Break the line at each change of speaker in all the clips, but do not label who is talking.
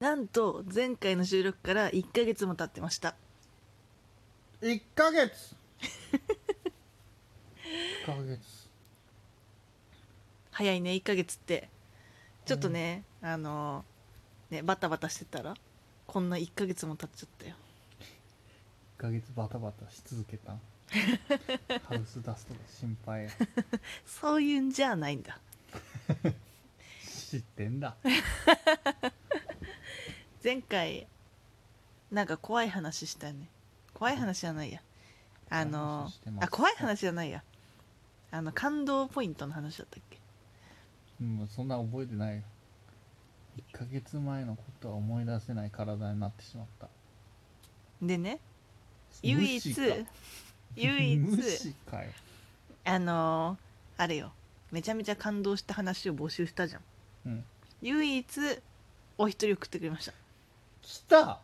なんと前回の収録から1ヶ月も経ってました
1ヶ 月1ヶ月
早いね1ヶ月ってちょっとね、あのねバタバタしてたらこんな1ヶ月も経っちゃったよ
1ヶ月バタバタし続けたハウスダストが心配や
そういうんじゃないんだ
知ってんだ
前回なんか怖い話したよね怖い話じゃないやあの
話してます
あ怖い話じゃないやあの感動ポイントの話だったっけ
もうそんな覚えてないよ1ヶ月前のことは思い出せない体になってしまった
でね唯一
無視か
唯一
無視かよ
あのーあれよめちゃめちゃ感動した話を募集したじゃん
うん
唯一お一人送ってくれました
来たあ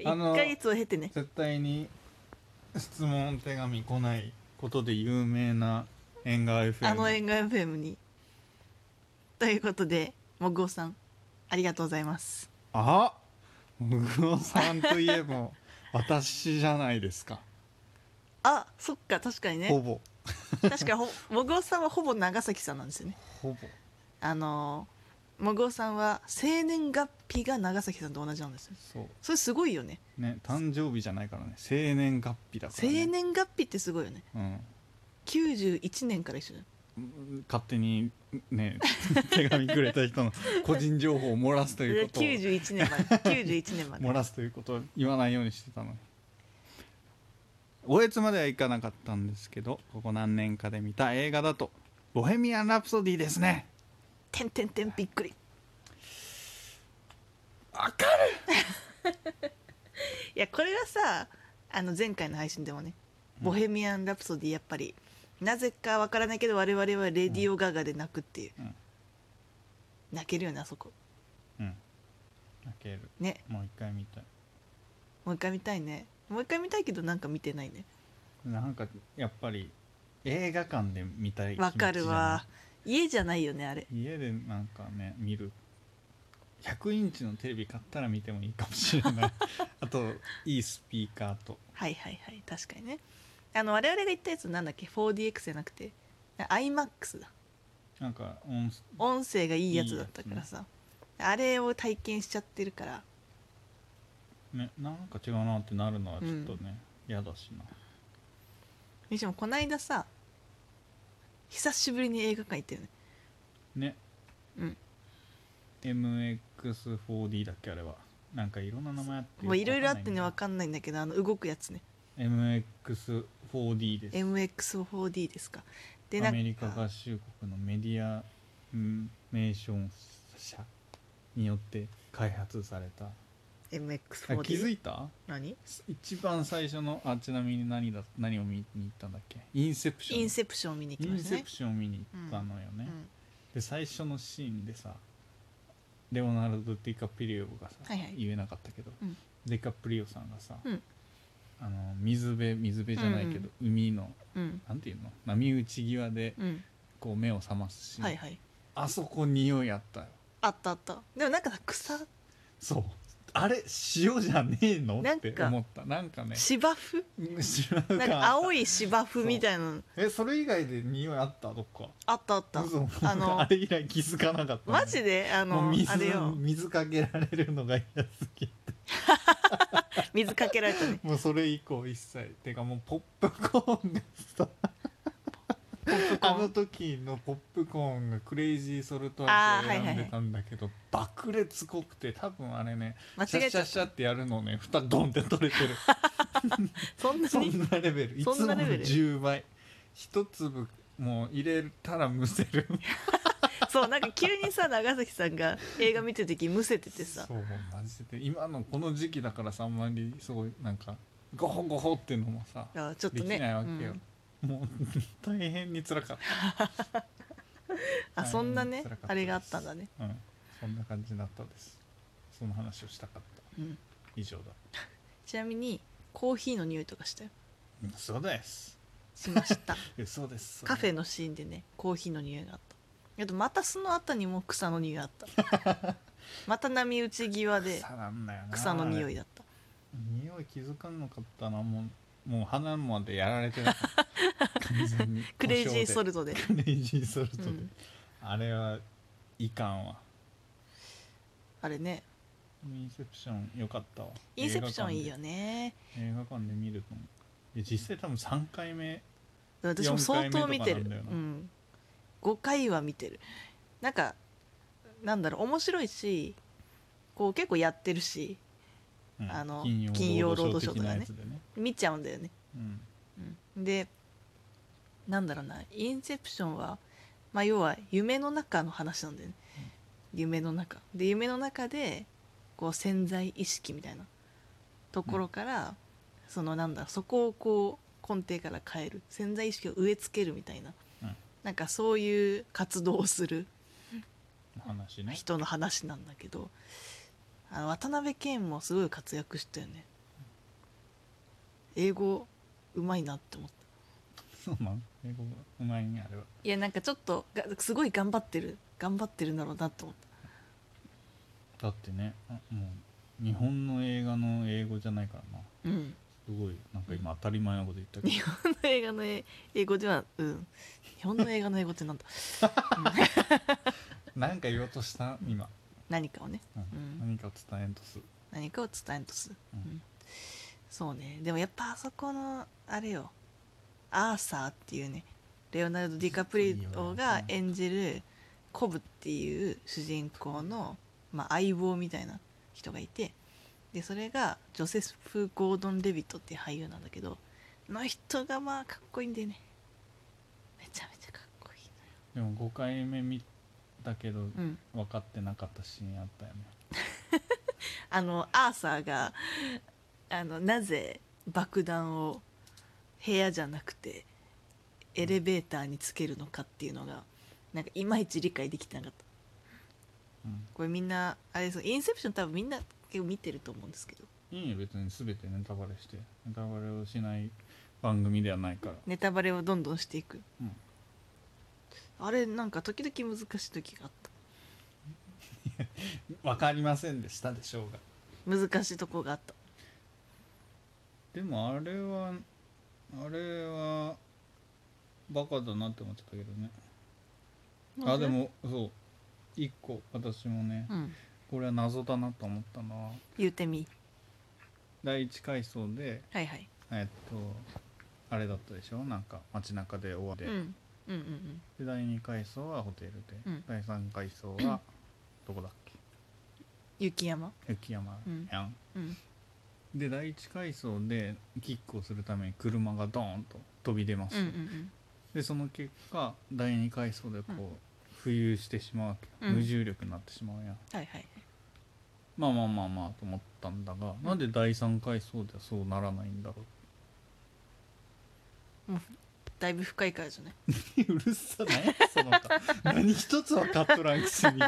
1
のー
ヶ月を経てね
絶対に質問手紙来ないことで有名な縁側 FM
あの縁側 FM にということでもぐおさんありがとうございます
あムグオさんといえば私じゃないですか、
あそっか確かに
ほ
ね
ぼ
確かほ もぐおさんはほぼ長崎さんなんですよね
ほぼ
あのーもぐおさんは生年月日が長崎さんと同じなんですよ
そ
それすごいよね
うね誕生日じゃないからね生年月日だから、ね、
生年月日ってすごいよね91年から一緒だよ
うん勝手にね 手紙くれた人の個人情報を漏らすということを
91年まで91年まで
漏らすということを言わないようにしてたのにおえつまではいかなかったんですけどここ何年かで見た映画だと「ボヘミアン・ラプソディ」ですね
「てんてんてんびっくり
わかる」
いやこれはさあの前回の配信でもね「ボヘミアン・ラプソディ」やっぱりなぜかわからないけど我々はレディオ・ガガで泣くっていう、
うん
泣けるよねあそこ
うん泣ける
ね
もう一回見たい
もう一回見たいねもう一回見たいけどなんか見てないね
なんかやっぱり映画館で見たい気持
わ
ちじゃな
か
い
るわ家じゃないよねあれ
家でなんかね見る100インチのテレビ買ったら見てもいいかもしれない あといいスピーカーと
はいはいはい確かにねあの我々が言ったやつなんだっけ 4DX じゃなくて iMAX だ
なんか音
音声がいいやつだったからさあれを体験しちゃってるから
ねなんか違うなってなるのはちょっとね嫌、だしな
にしてもこないださ久しぶりに映画館行ったよね
ね
うん
MX4D だっけあれはなんかいろんな名前あって
もういろいろあってね
わ
分かんないんだけどあの動くやつね
んない MX4D です
MX4D ですかでな
ア
んか
メリカ合衆国のメディアうんメーション社によって開発されたあ
MX4D
気づいた
何
一番最初のあちなみに何だ何を見に行ったんだっけインセプション
インセプション見に行き
イ
ま
ン
した
セ
ね
プションを見に行ったのよね、
うん
で最初のシーンでさレオナルド・ディカプリオがさ、
はいはい
言えなかったけど、
うん
ディカプリオさんがさ、
うん
あの水辺水辺じゃないけど、海の
うん
なんていうの波打ち際で
うん
こう目を覚ますし、
はいはい
あそこ匂いあったよ
あったあったでもなんかさ草
そうあれ塩じゃねえの
なん
っ
か
て思ったなんかね
芝生
芝生
なん
感
か
あった
青い芝生みたいなの
えそれ以外で匂いあったどっか
あったあった
嘘
あ
あ
の
のあれ以来気づかなかった
マジであ
あの
の
水
あれよ
水かけられるのが嫌すぎて
水かけられたね
もうそれ以降一切てかもうポップコーンが
コー
さ
ン
あの時のポップコーンがクレイジーソルト
あー
味を
はいはいは
選
い
んでたんだけど、爆裂濃くて多分あれね
間
シャ
違え
ッシ
ち
ャ
ゃ
ッ
っ
シャッってやるのね蓋ドンって取れてる
た そんな
そ
に
んなレベルいつ
そ
も
んな
の
レベル
10倍一粒もう入れたらむせる
そうなんか急にさ長崎さんが映画見てる時むせててさ
そうマジで今のこの時期だからさあんまりそうなんかゴホゴホっていうのもさ
あちょっ
で
と
き
ね
ないわけよ、
うん
もう大変につらかっ
あそんなね
辛かったです
あれがあったんだね、
た、うん、そんな感じになったですその話をしたかった
うん、
以上だ
ちなみにコーヒーの匂いとかしたよ
嘘です
しました
嘘です
カフェの シーンでねコーヒーの匂いがあったあとまたその後にも草の匂いあったまた波打ち際で
草なんだよな
草の匂い
だ
だった
匂い気づかんのかったなもうもう鼻までやら れてなかった完全に
クレイジーソ
ル
ルトで
トクレイジーソルトで、
うん
あれはいかんわ
あれね
インセプション良かったわ
インセプションいいよね
映画館で映画館で見ると思ういや実際多分3回目
私も相当見て
四回目とかな
る
んだよな
うん、5回は見てるなんかなんだろう面白いしこう結構やってるし
うん
あの
金曜ロード
金曜ロード
シ
ショ
ョー
ー
的
とかね
なやつでね、
見ちゃうんだよね、
うん、
うん、でなんだろうなインセプションは、まあ、要は夢の中の話なんだよね、夢の中で夢の中でこう潜在意識みたいなところから、そのなんだろうそこをこう根底から変える潜在意識を植え付けるみたいな、
うん
なんかそういう活動をする
話ね
人の話なんだけどあの渡辺謙もすごい活躍したよね英語うまいなって思った
そうなん英語がうまいねあれはい
やなんかちょっとがすごい頑張ってる頑張ってるんだろうなって思っ
だってねあもう日本の映画の英語じゃないからな
た、うん、
すごいなんか今当たり前なこと言ったけど
日本の映画の英英語ではうん日本の映画の英語ってなんだ
何か言おうとした今、
何かをね
うん
うん
何かを伝えんとする
何かを伝えんとする、
うん
うんそうねでもやっぱあそこのあれよアーサーっていうねレオナルド・ディカプリオが演じるコブっていう主人公の、まあ、相棒みたいな人がいてでそれがジョセフ・ゴードン・レビットっていう俳優なんだけどの人がまあかっこいいんだよねめちゃめちゃかっこいい
でも5回目見たけど
のよ、うん、
分かってなかったシーンあったよね
あのアーサーがあのなぜ爆弾を部屋じゃなくてエレベーターにつけるのかっていうのがなんかいまいち理解できてなかった
うん
これみんなあれですインセプション多分みんな結構見てると思うんですけど
いいよ別に全てネタバレしてネタバレをしない番組ではないから、
ネタバレをどんどんしていく
うん、
あれなんか時々難しい時があった
分かりませんでしたでしょうが
難しいとこがあった
でもあれはあれはバカだなって思ってたけどねあで、もそう一個私もね
うん、
これは謎だなと思ったのは
言うてみ
第一回想で
はいはい、
えっとあれだったでしょなんか街中で終わって、
うん、うんうんうん
で第二回想はホテルで、
うん
第三回想はどこだっ
雪山
け雪山
うん
やん、
うん
で第一階層でキックをするために車がドーンと飛び出ます、
うんうん
でその結果第二階層でこう、
うん
浮遊してしまうわけ
うん
無重力になってしまうやん、
はいはい
まあまあまあまあと思ったんだが、
ん
なんで第三階層ではそうならないんだろ
だいぶ深いからじゃないう
うるさないそのか何一つはカットランクスに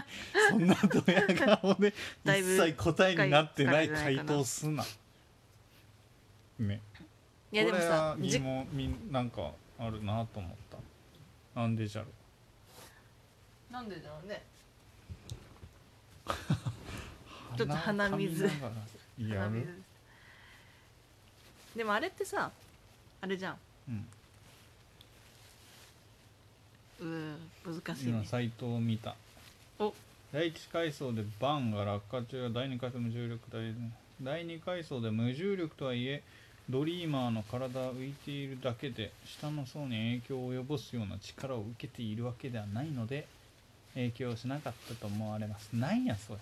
そんなドヤ顔で
だ
一
いぶ
切答えになってない
深い
回答すなね
いやでも
これ
さ
は
じ
疑問みんなんかあるなと思ったなんでじゃろ
なんでだろうねちょっと鼻水
噛みながらや
鼻水で
る
すでもあれってさあれじゃんうー
うん
ん難しい
今
ね
サイトを見た
お
第1階層でバンが落下中第2階層無重力体第2階層で無重力とはいえドリーマーの体は浮いているだけで下の層に影響を及ぼすような力を受けているわけではないので影響しなかったと思われますなんやそれ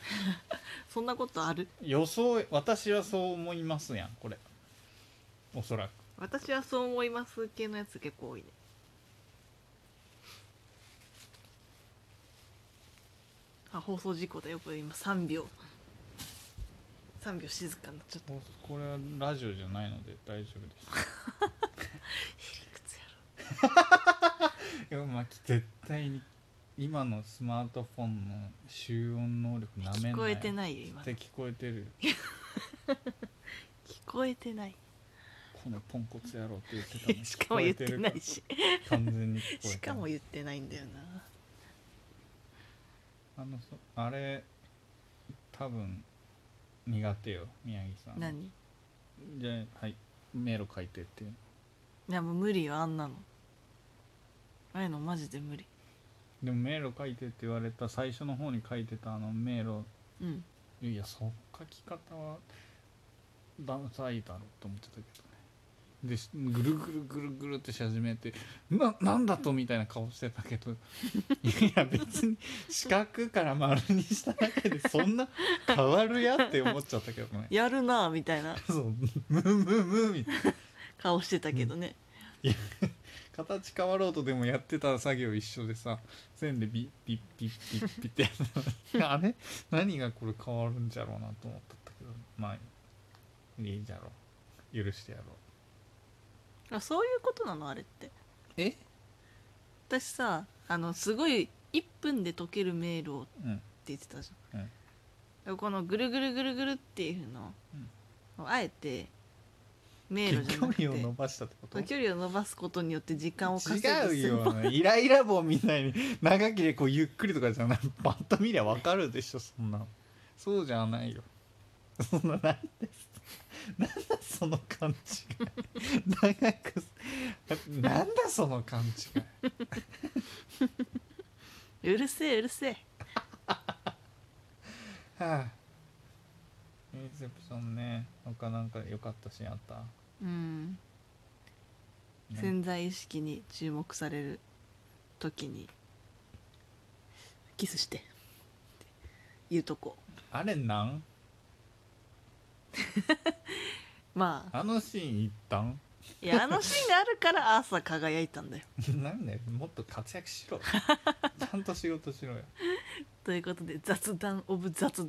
そんなことある
予想私はそう思いますやんこれおそらく
私はそう思います系のやつ結構多いねあ放送事故だよこれ今3秒3秒静かになっちゃった
おこれはラジオじゃないので大丈夫
い
で
くつやろ
すいやまあ絶対に今のスマートフォンの集音能力なめん
聞
なよ
こえてないよ今
絶
聞
対聞こえてるよ
こえてない
このポンコツ野郎って言ってたの に
しかも言ってな
聞こえ
いし
るから完全に聞こえてる
しかも言ってないんだよな
あのそあれ多分苦手よ宮城さん
何い
じゃあはい迷路書いてって
やもう無理よあんなのああいうのマジで無理
でも迷路書いてって言われた最初の方に書いてたあの迷路
うん
いやその書き方はダサいだろうと思ってたけどねでしぐるぐるぐるぐるってし始めてななんだとみたいな顔してたけどいや別に四角から丸にしただけでそんな変わるやって思っちゃったけどね
やるなぁみたいな
そうムームームーみたいな
顔してたけどね、
形変わろうとでもやってた作業一緒でさ線でビッビッビッビッビッってやったの あれ何がこれ変わるんじゃろうなと思っとったけどまあいいじゃろう許してやろう
あそういうことなのあれって
え
私さあのすごい1分で解ける迷路を
うん
って言ってたじゃ
うん
ん、このぐるぐるぐるぐるっていうのを、あえて迷路じ
距
ゃなくて
離を伸ばしたってこと
距離を伸ばすことによって時間を稼ぐ
違
す
う
ご
よ
い
イライラ棒みたいに長きでこうゆっくりとかじゃないパッと見りゃ分かるでしょそんなのそうじゃないよそんなないですなんだその勘違い長くなんだその勘違いう
るせえうるせえ
はあインセプションね他なんか良かったシーンあった、
うん潜在意識に注目される時にキスしてって言うとこ
あれなん
まあ
あのシーン一旦
いやあのシーンがあるから朝輝いたんだよ
なんだよもっと 活躍しろちゃんと仕事しろよ
ということで雑談オブ雑談